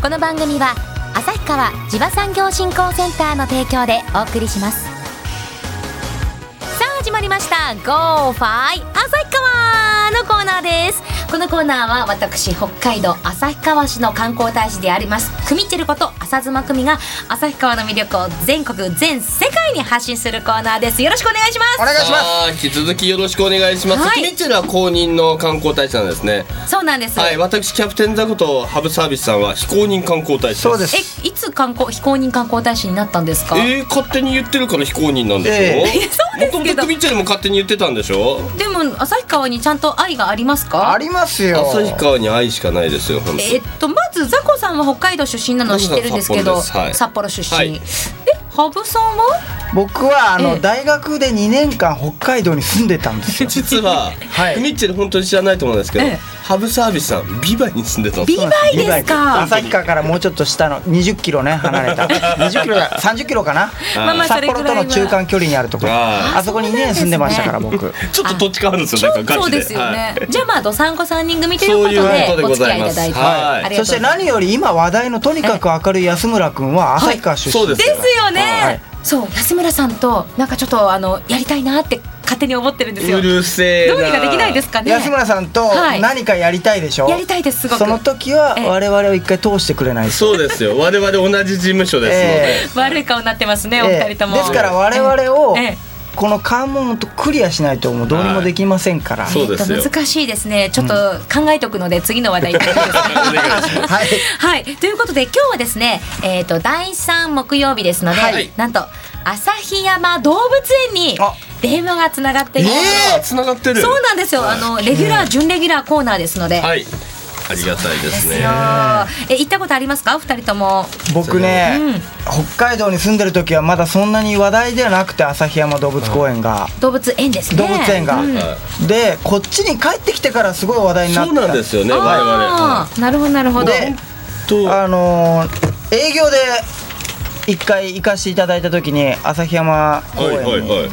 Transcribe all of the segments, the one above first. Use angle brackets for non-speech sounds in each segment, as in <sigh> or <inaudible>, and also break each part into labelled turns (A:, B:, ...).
A: この番組は旭川地場産業振興センターの提供でお送りしますさあ始まりました「GO! ファイ旭川」のコーナーですこのコーナーは私北海道旭川市の観光大使でありますくみちること浅妻久美が旭川の魅力を全国全世界に発信するコーナーですよろしくお願いします
B: お願いします
C: あー引き続きよろしくお願いします。
A: はい
C: キミッチェルは公認の観光大使なんですね。
A: そうなんです、
C: はい、私キャプテンザコとハブサービスさんは非公認観光大使。
B: そうですす
A: えいつ観光非公認観光大使になったんですか
C: えー、勝手に言ってるから非公認なんでしょ、
B: え
A: えそうですけど
C: もともとクミッチェルも勝手に言ってたんでしょ
A: でも旭川にちゃんと愛がありますか
B: ありますよ
C: 旭川に愛しかないですよ本当
A: えっとまずザコさんは北海道出身なのは知ってるんですけど
C: ザコさんは
A: 札
C: 札
A: 幌出身、
C: はい
A: え羽生さんは
B: 僕はあ
A: ええ
B: の大学で2年間北海道に住んでたんですよ
C: 実は、
B: はい
C: クミッチェル本当に知らないと思うんですけど、
A: ええ
C: ハブサービスさんビバイに住んでたんで
A: ビ
C: す
A: バイですか
B: 旭川からもうちょっと下の20キロね離
A: <laughs>
B: れた20キロだ30キロかな
A: まあまあそ
B: 札
A: れぐ
B: 幌
A: ら
B: と
A: いは
B: の中間距離にあるところ
C: あ
B: あそこに2年住んでましたから僕
C: ちょっと土地変わるんです
A: ちょ
C: よ
A: っと
C: なんか
A: そ
C: ガ
A: う
C: チで
A: ですよね、
C: はい
A: じゃあまあどさんこ3人組ということで
C: そういうことで
A: お
C: ご
A: 付き合
C: ざ
A: い
C: い
A: い
C: ま
A: た
C: す
A: だいて、
C: はい
A: ありがとうご
B: そし
A: ざ
B: て
A: います
B: 何より今話題のとにかく明るい安村君は旭川出身
C: はいそう
B: です
C: す
B: よ
C: よ
A: ですよね、そう安村さんとなんかちょっとあのやりたいなって勝手に思ってるんですよ
C: う
A: どう
C: るせえな
A: にかできないですかね
B: 安村さんと
A: はい
B: 何かやりたいでしょ
A: やりたいですすごく
B: その時は我々を一回通してくれないと
C: そうですよ。我々同じ事務所ですので。
B: ええ
A: 悪い顔になってますね、お
B: え
A: 二
B: え
A: 人とも
B: ですから我々を
A: ええ
B: この関門とクリアしないともうどうにもできませんから
C: そうですよ
A: えっと難しいですねちょっと考えとくので次の話題に行きますね
B: はい
A: はいということで今日はですねえっ、と第3木曜日ですので、
C: はい
A: なんと旭山動物園に
B: あ
A: 電話がつながっています、
C: え繋がってる。
A: そうなんですよあのレギュラー準レギュラーコーナーですので、
C: はい。ありがたいで
A: ですす
C: ね
A: よ。え行ったことありますかお二人とも
B: 僕ね、北海道に住んでる時はまだそんなに話題ではなくて旭山動物公園が、
A: 動物園ですね
B: 動物園が、
A: うん
C: は
B: でこっちに帰ってきてからすごい話題
C: い
B: になっ
C: そ
B: た
C: うなんですよね。我々。は
A: あーなるほどなるほど
B: で
C: いと
B: あのー営業で一回行かせていただいた時に旭山公
C: はいは
B: 園
C: い
B: に
C: はい。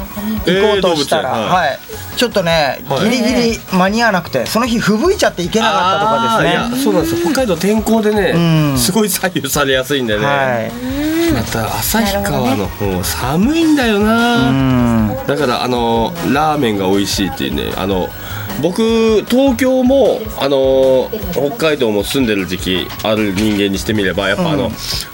B: 行こうとしたら、
C: えー動物園
B: はいちょっとね、
C: は
B: ギ
C: い
B: リギリ間に合わなくてその日吹雪いちゃって行けなかったとか
C: あ
B: で
C: ーい
B: す
C: や
B: ね
C: そうなんですよ。北海道天候で
B: う
C: ね、
B: ん
C: すごい左右されやすいんでね。
B: はい、
C: また旭川の方寒いんだよ
B: う
C: な。
B: ん
C: だからあのラーメンが美味しいっていうねあの僕東京もあの北海道も住んでる時期ある人間にしてみればやっぱあの、
B: うん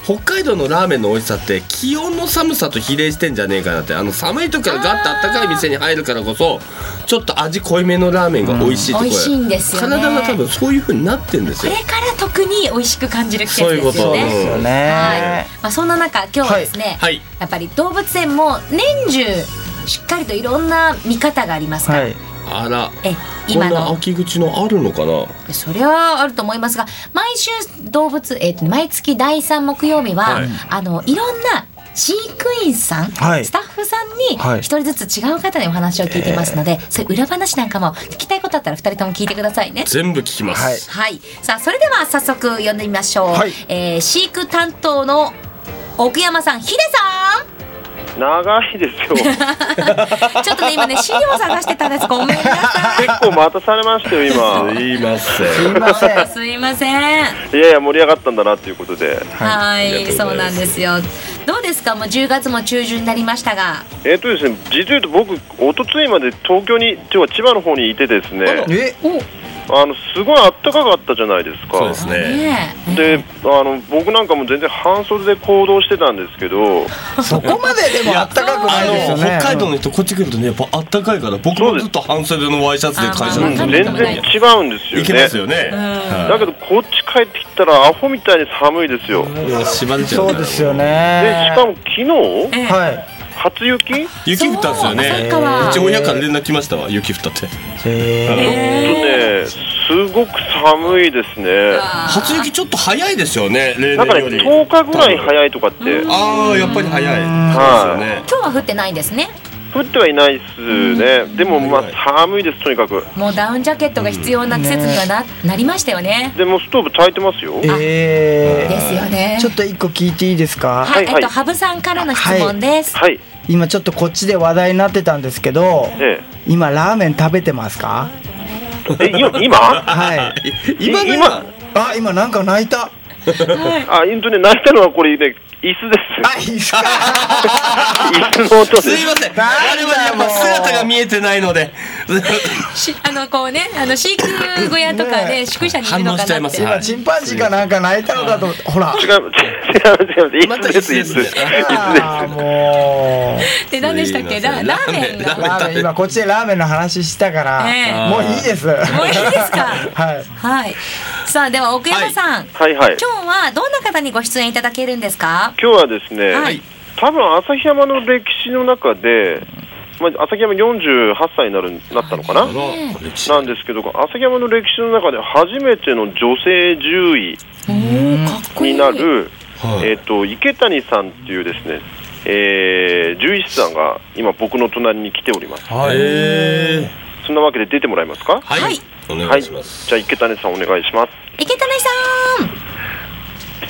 C: 北海道のラーメンの美味しさって気温の寒さと比例してんじゃねえかなってあの寒い時からガッとあったかい店に入るからこそちょっと味濃いめのラーメンが美味しいところ、
A: 美味しいんですよね
C: 体が多分そういう風になってんです
A: こ
C: よ
A: れから特に美味しく感じる季節ですよね
C: そういうこと
B: ですよ
A: は
B: ね
A: い、まあ、そんな中今日はですね、
C: はいはい
A: やっぱり動物園も年中しっかりといろんな見方がありますから、
B: はい
C: あら
A: え
C: こん
A: 今
C: な
A: の
C: 秋口のあるのかな
A: それはあると思いますが毎週動物、えーと毎月第3木曜日は、
C: はい
A: あのいろんな飼育員さん、
B: はい
A: スタッフさんに
B: はい
A: 一人ずつ違う方にお話を聞いてますので、そういう裏話なんかも聞きたいことあったら二人とも聞いてくださいね。
C: 全部聞きます、
B: はい
A: はい、さあそれでは早速読んでみましょう、
B: はい
A: えー飼育担当の奥山さんヒデさ
D: 長いですよ <laughs> 結
A: んちょっとね今ね資料探してたんですごめんなさ
D: 構待たされましたよ
C: <laughs>
D: 今
C: すいません
B: すいま
A: いす
B: せん
A: いませんは
D: い
A: い、
D: やいや盛り上がったんだなっていうことで
C: ありがとうござ
A: そう
C: います
A: なんですよどうですかもう10月も中旬になりましたが
D: えっ、とですね実を言うと僕一昨日まで東京にては千葉の方にいてですね
B: え
A: お
D: あのすごい暖かかったじゃないですか
C: そうですね
D: であの僕なんかも全然半袖で行動してたんですけど
B: そこまででもあったかく
C: あ
B: ないです
C: の
B: よね
C: 北海道の人こっち来るとねやっぱあったかいから僕もずっと半袖のワイシャツで会社
A: そ
D: うん
A: う
C: に
A: です
D: 全
A: ね
D: 然
A: あまあ
D: 違うんですよ
C: 行け
D: ね
C: ますよね、はい
D: だけどこっち帰ってきたらアホみたいに寒いですよで
C: いや縛れちゃ
B: そ
C: うか
B: う
C: ら
B: ですよ
D: し
B: ね
D: かも昨日
A: ええ
B: はい
D: 初雪
C: 雪降ったんですよ
A: そう
C: ね
A: 朝から
C: うち親から連絡来ましたわ雪降ったって
B: え
D: ちょっとねすごく寒いですね
C: 初雪ちょっと早いですよね例
D: なんか
C: 年
D: ね、
C: より
D: 10日ぐらい早いとかって、
C: ああやっぱり早いそうですよね
A: 今日は降ってないんですね
D: 降ってはいないっすね、でもまあ
C: はい
D: 寒いです、とにかく。
A: もうダウンジャケットが必要な季節にはな,、なりましたよね
D: でもうストーブ炊いてますよ。
B: ー、え
A: ですよね
B: ー、ちょっと一個聞いていいですか、
A: はい、
D: はい
A: えっ
D: はい
A: と、羽生さんからの質問です。
D: はい、
B: 今ちょっとこっちで話題になってたんですけど
D: え
B: 今ラーメン食べてますか
D: え、え今、今
B: はい
C: 今ね
D: 今
B: あ今なんか泣いた
D: あ、本当ね、鳴いたのはこれね、椅子
B: <laughs>
D: です。
B: あ、いいっすか
D: 椅子の音ですす。
B: なんだよ
C: いません我々やっぱ姿が見えてないので
A: しあのこうねあの飼育小屋とか
B: ね
A: で宿舎にいるの
C: 反応し
A: か
C: ちゃい
A: な
C: ま
A: っ
C: す
A: て
C: よ
B: 今チンパンジーかなんか泣いたのかと思ってほら
D: 違う、違う、違う、違う、椅子です、椅子。
C: ま
D: 椅
C: た椅子ですね
D: 子です。
B: あーも
A: で何でしたっけララーメン
B: う
C: ラーメ
A: の
B: ラーメン今こっちでラーメンの話したから、
A: ええ
B: もういいです
A: もういいですか
B: <laughs> はい
A: はいさあでは奥山さん、
D: はいはい。
A: 今日はどんな方にご出演いただけるんですか
D: 今日はですね、
A: はい
D: 多分旭山の歴史の中で、まあ、旭山48歳になるなったのかな
C: <laughs> あの歴史
D: なんですけど旭山の歴史の中で初めての女性獣医
A: おーかっこいい
D: になる、
C: はい
D: えっと池谷さんっていうですね、えー、獣医師さんが今僕の隣に来ております
C: え
D: そんなわけで出てもらえますか
C: ーはい、
A: はい
C: お
D: は
C: 願
D: い
C: い
D: じ
C: し
D: ゃ
C: ます、
D: あ池谷さんお願いします
A: 池谷さん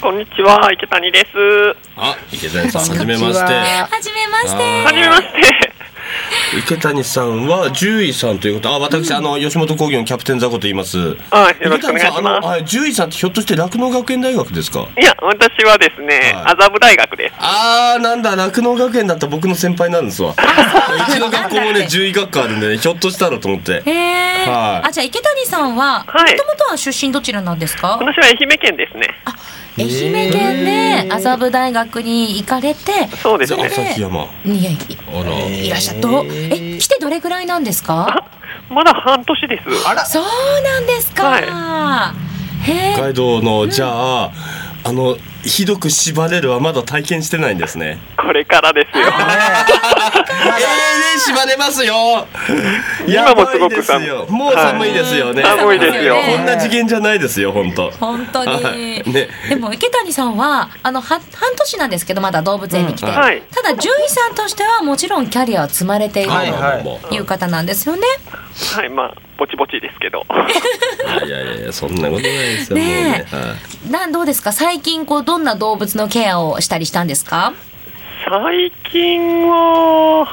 E: こんにちは、池谷です。
C: あ池谷さんはじめまして
A: はじめまし
E: はじ
A: て
E: めまして。 <laughs>
C: 池谷さんは獣医さんということあ私、あの吉本興業のキャプテンザコと言います
E: はい、よろしくお願い
C: 池谷
E: し
C: さんあ
E: ま
C: のはい獣医さんってひょっとして酪農学園大学ですか
E: す。いや、私はですね、
C: はい
E: 麻布大学です。
C: あーなんだ酪農学園だった僕の先輩なんですわうちの学校もね獣医学科あるんで、ね、ひょっとしたらと思って
A: へえ、
C: はい
A: あじゃあ池谷さんはも
E: はい
A: ともとは出身どちらなんですか
E: 私は愛媛県ですね。
A: 愛媛県で麻布大学に行かれて
E: そうです
C: じゃあ
E: ね。
C: 旭山
A: いやい
C: あら、
A: いらっしゃったどうえ来てどれぐらいなんですか
E: まだ半年です。
B: あら
A: そうなんですか、へ
C: 北
A: え
C: 海道のじゃああのひどく縛れるはまだ体験してないんですね
E: これからですよ。
C: ええね縛れますよ
E: <laughs> 今もすごく寒い
C: やばですよもう寒いですよね、
E: 寒いですよ
A: 寒いですよね
C: <laughs> こんな次元じゃないですよ本当
A: 本当に、
C: はいね
A: でも池谷さんはあのは半年なんですけどまだ動物園に来て、
C: うん
E: はい
A: ただ獣医さんとしてはもちろんキャリアを積まれている
B: は
A: と
B: いはい
A: いう方なんですよね。
E: はい、まあ、ぼちぼちですけど。
C: いやいやいやそんなことないですよ、もう
A: ね
C: ねはい
A: なんどうですか最近こうどんな動物のケアをしたりしたんですか
E: 最近は。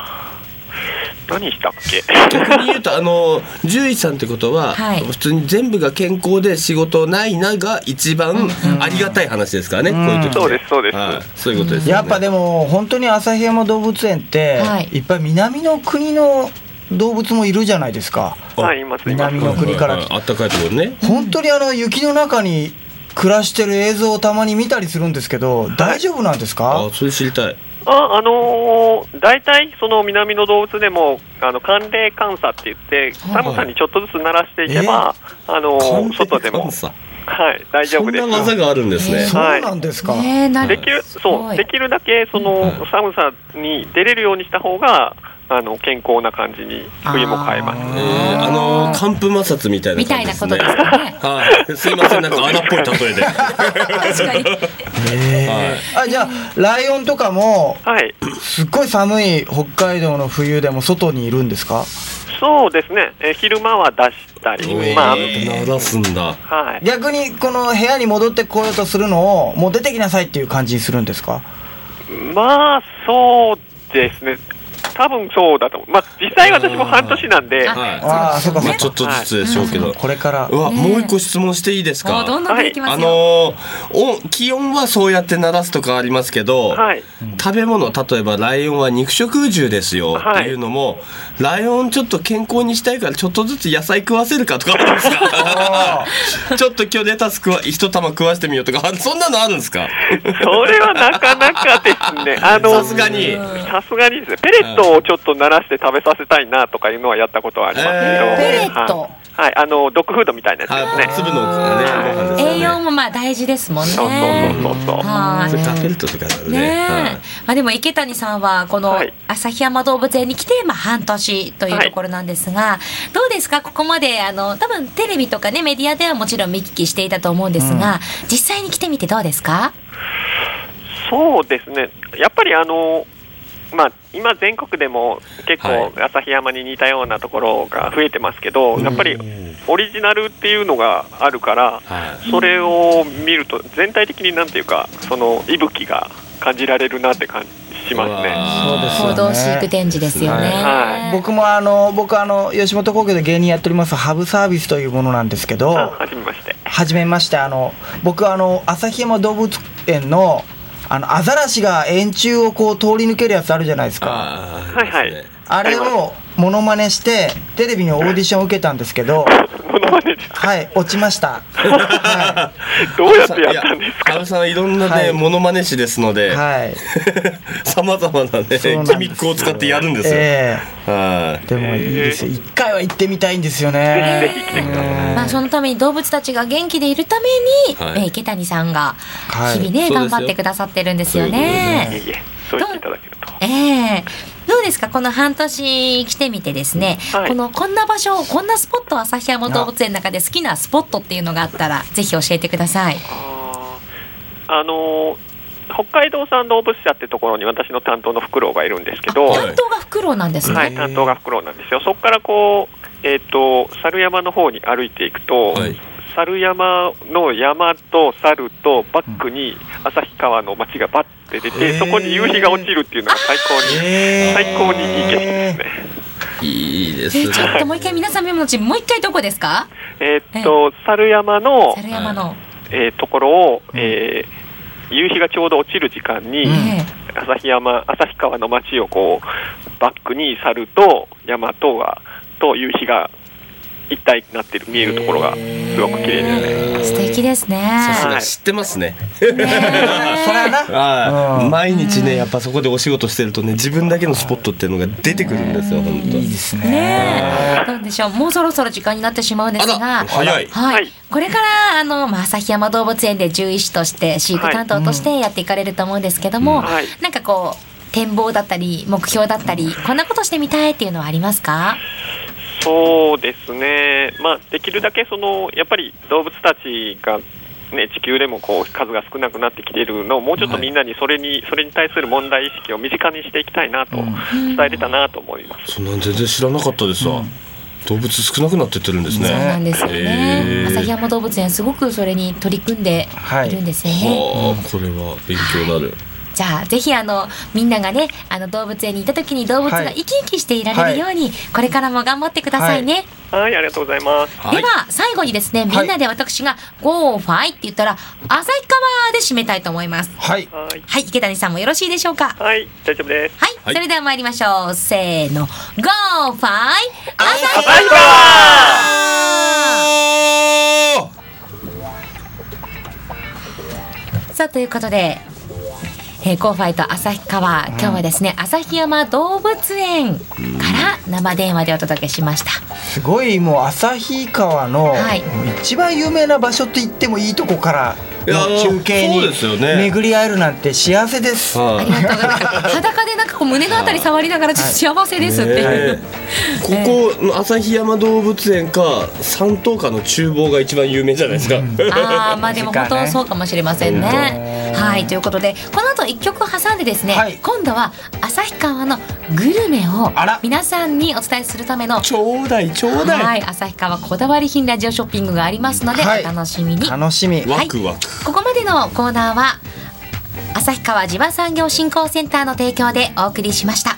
E: 何したっけ。
C: 逆に言うとあの獣医さんってことは、
A: はい
C: 普通に全部が健康で仕事ないなが一番ありがたい話ですからね、こういう時って
E: <laughs> そうですそうです
C: はいそういうことですよね
B: やっぱでも本当に旭山動物園って、
A: はい
B: い、っぱい南の国の動物もいるじゃないですか
E: はい、います、います
B: 南。の国から
C: はいはいあったかいところね
B: 本当にあの雪の中に暮らしてる映像をたまに見たりするんですけど大丈夫なんです
C: あ
B: か
C: それ知りたい
E: あ、あのー、大体その南の動物でも、あの寒冷監査って言って、
C: はい
E: 寒さにちょっとずつ慣らしていけば、あのー、外でも
C: 寒。さ
E: はい、大丈
C: そ
E: 夫
C: ん
E: です
C: な。技があるんですね
A: え
B: そうなんですか、
A: ねえなんか
E: できる、
A: す
E: そ
A: ご
E: う、
A: い
E: できるだけ、そ
C: は
E: の、寒さに出れるようにした方が、あの、健康な感じに、冬も変えます。
C: えーあのー寒風摩擦みたいな
A: みた
C: 感
A: い
C: じで
A: な
C: す
A: こ
C: ね
A: とですかね
C: はい、すいませんなんか荒っぽい例
A: <laughs>
C: えで、は
A: 確かに
B: えーあじゃあライオンとかも
E: はい、
B: すっごい寒い北海道の冬でも外にいるんですか
E: そうですね、え昼間は出したり、
C: い、
E: まあ、
C: 鳴らすんだ
E: はい。
B: 逆にこの部屋に戻ってこようとするのをもう出てきなさいっていう感じにするんですか
E: まあ、そうですね。多分そうだと思う。まあ、実際私も半年なんで、
C: はい
B: ああそうかそ
C: ま
B: う
C: あ、ちょ
B: か
C: っとずつでしょうけど、
B: これから
C: うわ、
A: ねえ
C: もう一個質問していいです
A: も
C: か
A: うどんどんできますよ、
C: あのーお気温はそうやって鳴らすとかありますけど、
E: はい。
C: 食べ物例えばライオンは肉食獣ですよ
E: はい
C: っていうのも、ライオンちょっと健康にしたいからちょっとずつ野菜食わせるかとかあるんですかちょっと今日レタス食わ一玉食わしてみようとかあそんなのあるんですか
E: それはなかなかです
C: <laughs>
E: ね。あの、
C: さすがに
E: さすがにですね、ペレットをちょっと慣らして食べさせたいなとかいうのはやったことはありますけど、
C: えーペ
A: レット
E: はい、はいあのドッグフードみたいなやつです
C: はい
E: ね。
C: 粒のねご飯ですよ
A: 栄
C: ね
A: 養もまあ大事ですもんね
E: そうそうそうそうそう。
A: はい
C: それ食べるととかだね
A: ねえ、
C: はい
A: まあでも池谷さんはこの
E: はい
A: 旭山動物園に来てまあ半年というところなんですが、どうですかここまであの多分テレビとかねメディアではもちろん見聞きしていたと思うんですが、実際に来てみてどうですか？
E: そうですね。やっぱりあのまあ今全国でも結構旭山に似たようなところが増えてますけど、やっぱりオリジナルっていうのがあるから、
C: は
E: それを見ると全体的になんていうかその息吹が感じられるなって感じしますね。
B: そうですよ
A: 行
B: ね
A: 動飼育展示ですよね。
E: は
B: 僕もあの僕あの吉本興業で芸人やっておりますハブサービスというものなんですけど
E: あはじめまして。
B: はじめましてあの僕あの旭山動物園のあのアザラシが円柱をこう通り抜けるやつあるじゃないですか
C: あー
E: はいはい
C: ですね
B: あれをモノマネしてテレビのオーディションを受けたんですけど
E: ものまねです
B: はい落ちました、は
E: どうやってやったんで
C: いや
E: す
C: 安
E: か
C: 倍さんはいろんなね、
B: はい
C: モノマネ師ですの
B: い、
C: で、
B: はい、
C: さまざまなね、
B: そうなんです
C: ギミックを使ってやるんですよ。
B: え
C: はい
B: えでもいいですよ一回は行ってみたいんですよ
E: ぜ
B: ね
E: ひぜひ来てくだ
A: まあ、そのために動物たちが元気でいるために、
C: はい
A: えー池谷さんが
B: はい
A: 日々ね、
C: そうですよ
A: 頑張ってくださってるんですよ
E: いえ
A: ね。
E: いえそう言っていただけると
A: ええどうですかこの半年来てみてですね、
E: はい
A: このこんな場所こんなスポット旭山動物園の中で好きなスポットっていうのがあったらぜひ教えてください。
E: あーあのー北海道産動物舎ってところに私の担当のフクロウがいるんですけ
A: あ
E: ど、は
C: はい
A: 担当がフクロウなんですね。
E: 担当がフクロウなんですよそこからこう、えっと猿山の方に歩いていくと、
C: はい
E: 猿山の山と猿とバックに旭川の街がバッて出て、
B: へー
E: そこに夕日が落ちるっていうのが最高に、
B: ええ
E: 最高にいい景色ですね。
C: いいで
A: え
C: す
A: ー、ちょっ
C: ね。
A: ともう一回皆さんメモのうちもう一回どこですか
E: えっと猿山の、
A: 猿山の、
E: えーところを、えー夕日がちょうど落ちる時間に、
B: うん
A: え
E: 旭山旭川の街をこうバックに猿と山とがと夕日が一体になってる見えるところがすごく綺麗ですね。
A: え素敵ですね。
C: さすが知ってますね。
A: ねえ
B: それはな
C: は
B: う
C: い、
B: ん
C: 毎日ね、やっぱそこでお仕事してるとね、自分だけのスポットっていうのが出てくるんですよ、本当。
B: いいですね
A: ねえ、どうでしょう。もうそろそろ時間になってしまうんですが、
C: あら早い
A: はい、
E: はい
A: これからあのまあ旭山動物園で獣医師として飼育担当としてやっていかれると思うんですけども、
E: うんはい
A: なんかこう展望だったり目標だったりこんなことしてみたいっていうのはありますか？
E: そうですね、まあ、できるだけそのやっぱり動物たちが、ね、地球でもこう数が少なくなってきているのをもうちょっとみんなにそれに,、それに対する問題意識を身近にしていきたいなと、
B: うん
E: 伝えれたなと思います。
C: そんなん全然知らなかったですわ。動物少なくなってってるんですね。
A: そうなんですよね
C: へ。ー
A: 旭山動物園すごくそれに取り組んでいるんですよね。
C: はあ、これは勉強になる。
A: じゃあぜひあのみんながねあの動物園にいた時に動物が生き生きしていられるように、これからも頑張ってくださいね。
E: はい、ありがとうございます。
C: はい
A: では最後にですねみんなで私が「ゴーファイ」って言ったら「旭川」で締めたいと思います
B: はい
E: はい、
A: はい池谷さんもよろしいでしょうかは
E: はい、大丈夫です。
A: い、
C: はい
A: それでは参りましょうせーの「ゴーファイ」旭川
E: バイバー
A: さあということで、えー、ゴーファイと旭川、今日はですね旭山動物園から生電話でお届けしました、
B: すごいもう旭川の、
A: はい
B: もう一番有名な場所って言ってもいいとこから
C: いや
B: の中継に
C: そうですよね
B: 巡り合えるなんて幸せです。
A: あ
C: はい
A: りがとうございます裸でなんかこう胸のあたり触りながらちょっと幸せですっていう、
C: ねえここの旭山動物園か山東かの厨房が一番有名じゃないですか、
A: ああまあでも本当そうかもしれませんね。
B: ね
A: はいということでこの後一曲挟んでですね、
B: はい
A: 今度は旭川のグルメを
B: あら
A: 皆さんにお伝えするための
C: <laughs> ちょうだいちょうだ
A: はいい旭川こだわり品ラジオショッピングがありますので、
B: はい
A: お楽しみに。
B: 楽しみ。
C: ワクワク、
A: ここまでのコーナーは旭川地場産業振興センターの提供でお送りしました。